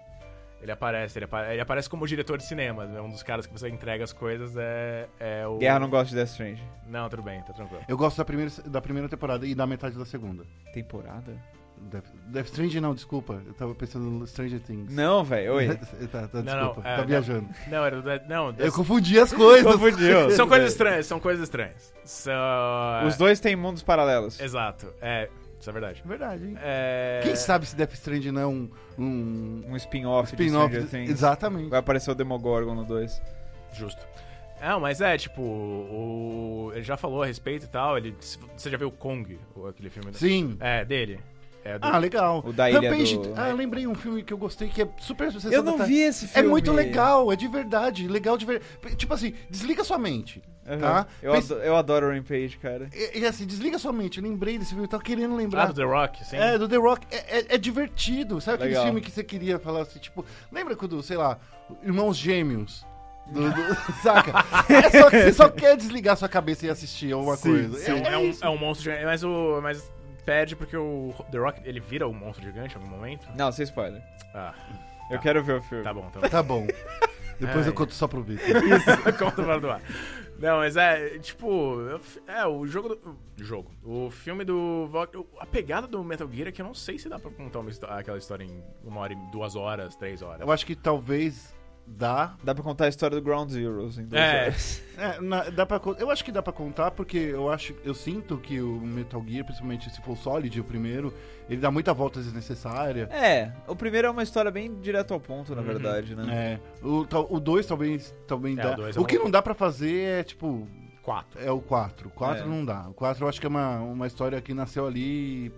S2: Ele aparece, ele, apa- ele aparece como diretor de cinema. É um dos caras que você entrega as coisas, é, é o.
S1: Guerra não gosta de Death Strange.
S2: Não, tudo bem, tá tranquilo.
S3: Eu gosto da primeira, da primeira temporada e da metade da segunda.
S1: Temporada?
S3: Death, Death Stranding não, desculpa. Eu tava pensando no Stranger Things.
S1: Não, velho, oi.
S3: (laughs) tá, tá, desculpa.
S2: não, é,
S3: tá
S2: não.
S3: viajando.
S2: Não, era do Dead. Não,
S3: Eu
S2: das-
S3: confundi as coisas. (laughs)
S1: Confundiu.
S2: são coisas estranhas, são coisas estranhas. São.
S1: Os dois têm mundos paralelos.
S2: Exato, é. Isso é verdade.
S3: Verdade, hein?
S2: É...
S3: Quem sabe se Death Stranding não é um, um
S1: Um spin-off de
S3: spin-off.
S1: Stranger Things.
S3: Exatamente.
S1: Vai aparecer o Demogorgon no 2.
S2: Justo. Não, mas é, tipo, o... ele já falou a respeito e tal. Ele... Você já viu o Kong, o- aquele filme? do-
S3: Sim.
S2: É, dele. É do...
S3: Ah, legal.
S1: O da ilha
S3: Rampage.
S1: do-
S3: Ah, eu lembrei um filme que eu gostei que é super sensacional.
S1: Eu não vi esse
S3: É
S1: filme.
S3: muito legal, é de verdade, legal de ver. Tipo assim, desliga sua mente,
S1: Aham.
S3: tá?
S1: Eu,
S3: Pensa-
S1: adoro, eu adoro Rampage, cara.
S3: E, e assim, desliga sua mente, lembrei desse filme, eu tava querendo
S2: Ah,
S3: lembrar.
S2: do The Rock, sim.
S3: É, do The Rock. É, é- é divertido. Sabe aquele
S1: Legal.
S3: filme que você queria falar assim, tipo, lembra quando, sei lá, Irmãos Gêmeos? Do- do- (laughs) saca? É só que você
S1: (laughs)
S3: só quer desligar sua cabeça e assistir alguma
S1: Sim,
S3: coisa.
S1: sim.
S3: É,
S2: É
S3: é
S2: um,
S3: isso.
S2: é um monstro gigante, mas o. Mas perde porque o The Rock ele vira um monstro gigante em algum momento.
S1: Não, sem spoiler.
S2: Ah,
S1: Eu
S2: Tá.
S1: quero ver o filme.
S2: tá bom, tá bom.
S3: Tá bom. Depois
S2: Ai.
S3: eu conto só pro Vitor.
S2: (laughs) Conta fora do ar. Não, mas é, tipo, é o jogo do. o Jogo. O filme do. Vo- A pegada do Metal Gear é que eu não sei se dá pra contar uma histó- aquela história em uma hora, e- duas horas, três horas.
S3: Eu acho que talvez dá.
S1: Dá pra contar a história do Ground Zeroes em dois
S2: É.
S1: (laughs) horas.
S3: é, na- dá pra, con- eu acho que dá pra contar, porque eu acho. Eu sinto que o Metal Gear, principalmente se for Solid, o primeiro, ele dá muita volta desnecessária.
S1: É, o primeiro é uma história bem direto ao ponto, na verdade, né?
S3: É, o 2 talvez, talvez
S2: É,
S3: dá.
S2: o dois é
S3: O
S2: bom.
S3: que não dá pra fazer é, tipo,
S2: Quatro.
S3: É o 4. O 4
S1: É.
S3: não dá. O 4 eu acho que é uma, uma história que nasceu ali. E,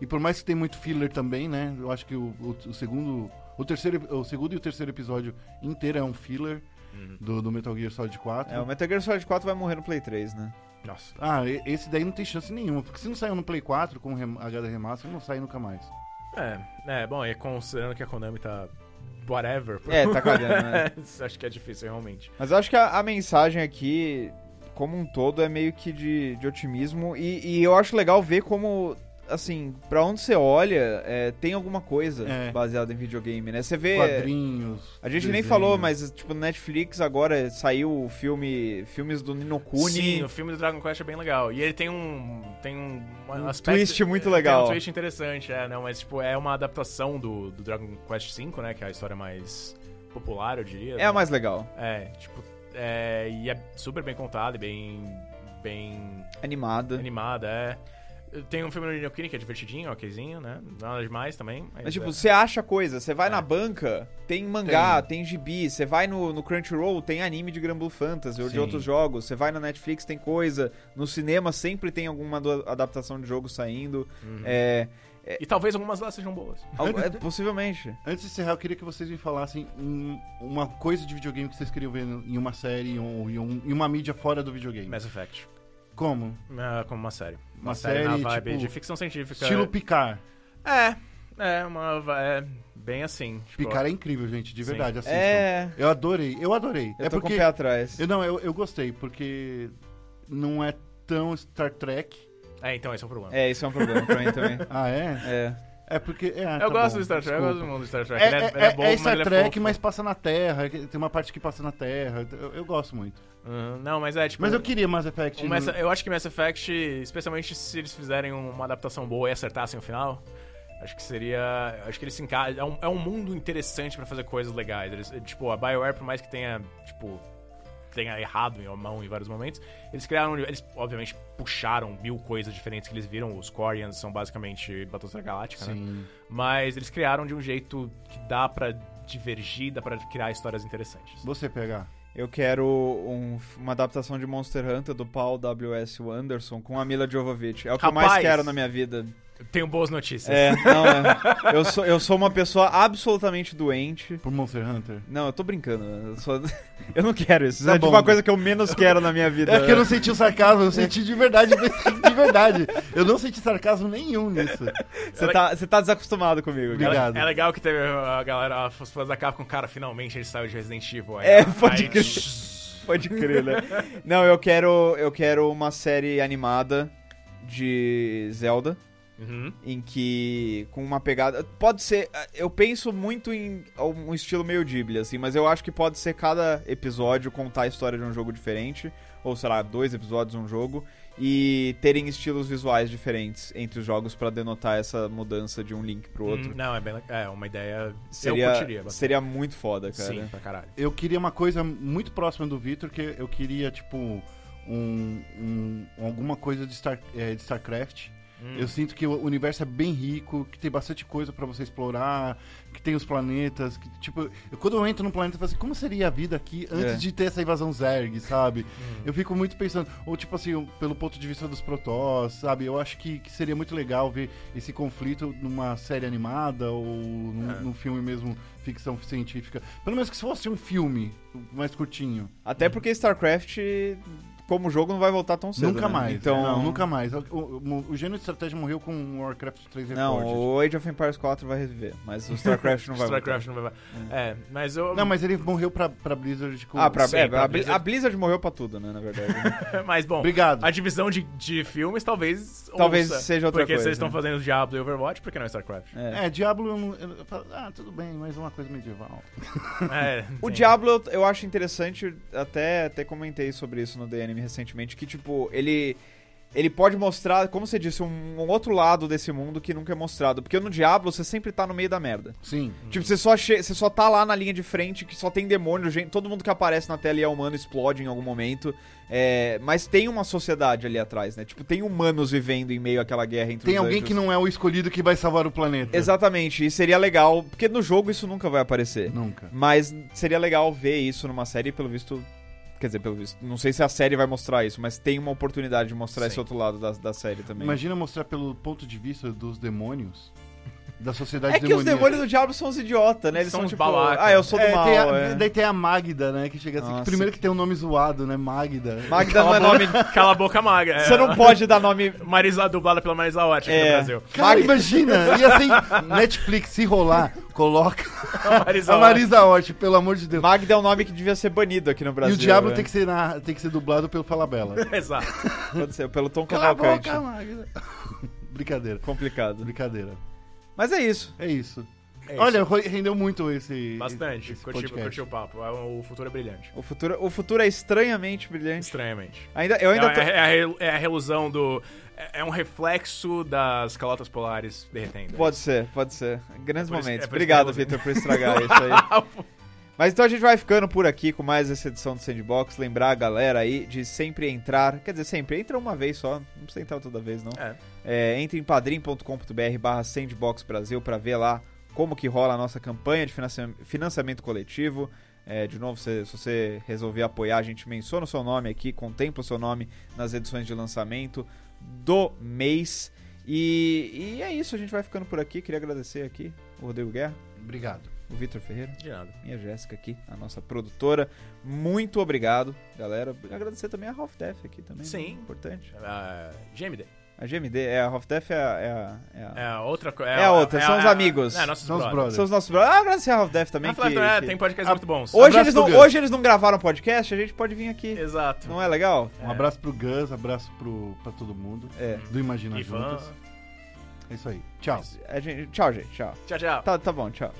S3: e por mais que tem muito filler também, né? Eu acho que o, o- o segundo. O, terceiro, o segundo e o terceiro episódio inteiro é um filler
S2: Uhum.
S3: do, do Metal Gear Solid 4.
S1: É, o Metal Gear Solid 4 vai morrer no Play 3, né?
S2: Nossa.
S3: Ah, e- esse daí não tem chance nenhuma. Porque se não saiu no Play 4 com rem- HD Remaster, não sai nunca mais.
S2: É, é, bom, e considerando que a Konami tá. whatever.
S1: É, tá cagando,
S2: (laughs)
S1: né?
S2: acho que é difícil, realmente.
S1: Mas eu acho que a, a mensagem aqui, como um todo, é meio que de, de otimismo. E, e eu acho legal ver como, assim, pra onde você olha, é, tem alguma coisa
S3: É.
S1: baseada em videogame, né? Você vê.
S3: Quadrinhos.
S1: A gente nem
S3: desenhos.
S1: falou, mas, tipo, no Netflix agora saiu o filme. Filmes do Nino Kuni.
S2: Sim, o filme do Dragon Quest é bem legal. E ele tem um. Tem um,
S1: Um
S2: aspecto-
S1: twist muito legal.
S2: Tem um twist interessante, é, não, mas tipo, é uma adaptação do, do Dragon Quest V, né? Que é a história mais popular, eu diria. né?
S1: É a mais legal.
S2: É, tipo. É, e é super bem contada e bem. bem
S1: Animada.
S2: animada, é. Tem um filme no Nino Kuni que é divertidinho, okzinho, né? Nada demais também.
S1: Mas, tipo,
S2: é.
S1: você acha coisa. Você vai na banca, tem mangá, tem, gibi. Você vai no, no Crunchyroll, tem anime de Granblue Fantasy ou de
S2: Sim.
S1: outros jogos. Você vai na Netflix, tem coisa. No cinema sempre tem alguma do- adaptação de jogo saindo. É,
S2: E talvez algumas lá sejam boas.
S1: al- é, possivelmente.
S3: Antes de encerrar, eu queria que vocês me falassem um- uma coisa de videogame que vocês queriam ver em uma série ou em, um- em uma mídia fora do videogame.
S2: Mass Effect.
S3: Como?
S2: Ah, como uma série. Uma,
S3: Uma
S2: série, na
S3: série,
S2: vibe
S3: tipo,
S2: de ficção científica.
S3: Estilo Picard.
S2: É, é, uma. va- É bem assim. Tipo,
S3: Picar é incrível, gente, de
S2: Sim.
S3: verdade. Assistam.
S1: É.
S3: Eu adorei, eu adorei.
S1: Eu
S3: é
S1: tô com
S3: porque.
S1: o pé atrás.
S3: Eu, não, eu, eu gostei, porque não é tão Star Trek.
S2: É, então esse é o problema.
S1: É, isso é um problema pra mim também.
S3: Ah, é?
S1: É.
S3: É porque. É,
S2: eu gosto do Star Trek, eu gosto do mundo do Star Trek.
S3: É,
S2: ele é,
S3: é,
S2: ele é bom,
S3: é
S2: mas
S3: Star
S2: ele é
S3: Trek,
S2: fofo.
S3: mas passa na Terra. que Tem uma parte que passa na Terra. Eu, eu gosto muito.
S2: Hum, não, mas é tipo.
S3: Mas eu é- queria Mass Effect.
S2: um
S3: no-
S2: Mass- eu acho que Mass Effect, especialmente se eles fizerem um, uma adaptação boa e acertassem o final, acho que seria. Acho que eles se encaixam. É um, é um mundo interessante pra fazer coisas legais. Eles- tipo, a BioWare, por mais que tenha, tipo, tenha errado em mão em vários momentos, eles criaram. Eles, obviamente, puxaram mil coisas diferentes que eles viram. Os Corians são basicamente Battlestar Galáctica, né?
S3: Sim.
S2: Mas eles criaram de um jeito que dá pra divergir, dá pra criar histórias interessantes.
S3: Você pegar.
S1: Eu quero um- uma adaptação de Monster Hunter do Paul W.S. Anderson com a Mila Jovovich. É o que eu mais
S2: Rapaz!
S1: quero na minha vida.
S2: Tenho boas notícias.
S1: É, não, é. Eu sou, eu sou uma pessoa absolutamente doente.
S3: Por Monster Hunter.
S1: Não, eu tô brincando. Eu, sou- (laughs) eu não quero isso. Isso
S3: Tá
S1: é tipo
S3: bom.
S1: uma coisa que eu menos quero na minha vida.
S3: É que eu não senti o sarcasmo, eu senti de verdade, de verdade. Eu não senti sarcasmo nenhum nisso.
S1: Você tá, você tá desacostumado comigo, cara.
S3: Obrigado.
S2: É, é legal que teve
S4: uh,
S2: a galera, os fãs da Capcom, cara, finalmente ele saiu de Resident Evil. Aí,
S1: É,
S2: aí,
S1: pode crer. Pode crer, né? Não, eu quero, eu quero uma série animada de Zelda.
S2: Uhum.
S1: em que com uma pegada pode ser eu penso muito em um estilo meio Ghibli assim mas eu acho que pode ser cada episódio contar a história de um jogo diferente ou sei lá dois episódios de um jogo e terem estilos visuais diferentes entre os jogos pra denotar essa mudança de um link pro outro.
S4: Hum, não, é, bem, le- é uma ideia. eu curtiria
S1: Seria,
S4: bastante.
S1: seria muito foda, cara.
S4: Sim, pra caralho.
S3: Eu queria uma coisa muito próxima do Victor, que eu queria, tipo, um, um- alguma coisa de, Star, eh, de StarCraft. Eu sinto que o universo é bem rico, que tem bastante coisa pra você explorar, que tem os planetas, que, tipo, eu- quando eu entro num planeta, eu falo assim, como seria a vida aqui antes
S1: É.
S3: de ter essa invasão Zerg, sabe? Eu fico muito pensando, ou tipo assim, eu- pelo ponto de vista dos protoss, sabe? Eu acho que, que seria muito legal ver esse conflito numa série animada ou num, num filme mesmo, ficção científica. Pelo menos que se fosse um filme mais curtinho.
S4: Uhum.
S1: Até porque StarCraft, como jogo, não vai voltar tão cedo.
S3: nunca
S1: né?
S3: mais.
S1: Então,
S3: Não, nunca mais. O, o, o gênero de estratégia morreu com Warcraft 3 Reforged.
S1: Não, o Age of Empires 4 vai reviver,
S4: (laughs)
S1: mas o StarCraft não vai voltar.
S4: StarCraft não vai. É, mas eu.
S3: Não, mas ele morreu pra, pra Blizzard com...
S1: Ah, pra,
S4: Sim,
S1: é,
S4: pra
S1: a, Bli-
S4: Blizzard.
S1: a Blizzard morreu pra tudo, né, na verdade.
S4: (laughs)
S1: (laughs)
S4: mas bom.
S3: Obrigado.
S4: A divisão de, de filmes talvez.
S1: Talvez
S4: ouça,
S1: seja outra
S4: Porque
S1: coisa,
S4: vocês estão
S1: né?
S4: fazendo Diablo e Overwatch, por que não StarCraft?
S1: É.
S3: É, Diablo eu, não- eu falo, ah, tudo bem, mas uma coisa medieval.
S4: (laughs) É,
S1: O
S4: tem-
S1: Diablo eu, eu acho interessante, até, até comentei sobre isso no The Anime recentemente, que tipo, ele. Ele pode mostrar, como você disse, um, um outro lado desse mundo que nunca é mostrado. Porque no Diablo você sempre tá no meio da merda.
S3: Sim.
S1: Tipo, você só, che- você só tá lá na linha de frente, que só tem demônio, gente, todo mundo que aparece na tela e é humano explode em algum momento. É, mas tem uma sociedade ali atrás, né? Tipo, tem humanos vivendo em meio àquela guerra entre
S3: Tem
S1: os
S3: alguém
S1: anjos.
S3: que não é o escolhido que vai salvar o planeta.
S1: Exatamente, e seria legal, porque no jogo isso nunca vai aparecer.
S3: Nunca.
S1: Mas seria legal ver isso numa série, pelo visto. Quer dizer, pelo visto. Não sei se a série vai mostrar isso, mas tem uma oportunidade de mostrar
S4: Sim.
S1: esse outro lado da, da série também.
S3: Imagina mostrar pelo ponto de vista dos demônios, da sociedade
S1: É que os
S3: demoníaca.
S1: demônios do diabo são os idiotas, né? Eles
S4: São
S1: são,
S4: uns
S1: tipo.
S4: babaca.
S1: Ah, eu sou do
S3: É,
S1: mal.
S3: tem a-
S1: é.
S3: Daí tem a Magda, né? Que chega assim. que
S1: Nossa.
S3: primeiro que tem um nome zoado, né? Magda.
S1: Magda não é nome.
S4: Cala a boca magra. é.
S1: (laughs) Você não pode dar nome.
S4: (laughs) Marisa, dublada pela Marisa Watt aqui
S1: É.
S4: no Brasil.
S3: Cara,
S1: Magda-
S3: imagina! E assim, Netflix, se rolar, coloca
S4: Marisa
S3: a Marisa Hort, pelo amor de Deus.
S1: Magda é um nome que devia ser banido aqui no
S3: e
S1: Brasil.
S3: o Diablo
S1: né?
S3: tem, que ser na- tem que ser dublado pelo Falabella.
S4: Watt. (laughs) Exato.
S1: Pode ser, pelo Tom
S3: Cala a
S1: Cavalcante.
S3: boca, Magda. (laughs) Brincadeira.
S1: Complicado.
S3: Brincadeira.
S1: Mas é isso.
S3: É isso.
S4: É
S3: Olha, ro- rendeu muito esse.
S4: Bastante.
S3: esse
S4: curti,
S3: podcast.
S4: curti o papo. É, O futuro é brilhante.
S1: O futuro, o futuro é estranhamente brilhante.
S4: Estranhamente.
S1: Ainda, eu ainda
S4: é,
S1: tô.
S4: é- é a rel- é a relusão do. É é um reflexo das calotas polares
S2: é
S4: derretendo.
S1: Pode ser, pode ser. Grandes
S4: por isso-
S1: momentos.
S4: é por isso que eu
S1: Obrigado,
S4: usei.
S1: Vitor, por estragar isso
S4: (laughs)
S1: aí. Mas então a gente vai ficando por aqui com mais essa edição do Sandbox. Lembrar a galera aí de sempre entrar. Quer dizer, sempre. Entra uma vez só. Não precisa entrar toda vez, não.
S4: É.
S1: É, entre em padrim.com.br barra Sandbox Brasil pra ver lá como que rola a nossa campanha de financia- financiamento coletivo. É, de novo, se, se você resolver apoiar, a gente menciona o seu nome aqui, contempla o seu nome nas edições de lançamento do mês. E, e é isso, a gente vai ficando por aqui. Queria agradecer aqui o Rodrigo Guerra,
S3: Obrigado.
S1: o Vitor Ferreira
S4: De nada.
S1: e a Jéssica aqui, a nossa produtora. Muito obrigado, galera. Agradecer também a Half Def aqui também. né?
S4: Sim.
S1: Importante.
S4: Ah, GMD.
S1: A GMD, é a Half Def é a- é a- é a
S4: É a outra co-
S1: É a outra, são os
S4: a-
S1: amigos.
S4: É, nossos
S3: São os
S4: brothers.
S3: brothers.
S1: São os nossos brothers. Ah, agradecer a Half Death também.
S4: Ah,
S1: que-
S4: Flávio, é,
S1: que-
S4: tem podcasts
S3: Ah,
S4: muito bons.
S1: Hoje,
S3: Abraço
S1: eles não,
S3: do Gus.
S1: hoje eles não gravaram podcast, a gente pode vir aqui.
S4: Exato.
S1: Não é legal?
S3: Um abraço pro Gus, abraço pro, pra todo mundo.
S1: É.
S3: Do Imagina
S4: Ivan.
S3: Juntas. É isso aí. Tchau.
S1: A gente- tchau, gente. Tchau.
S4: Tchau, tchau.
S1: Tá, tá bom, tchau.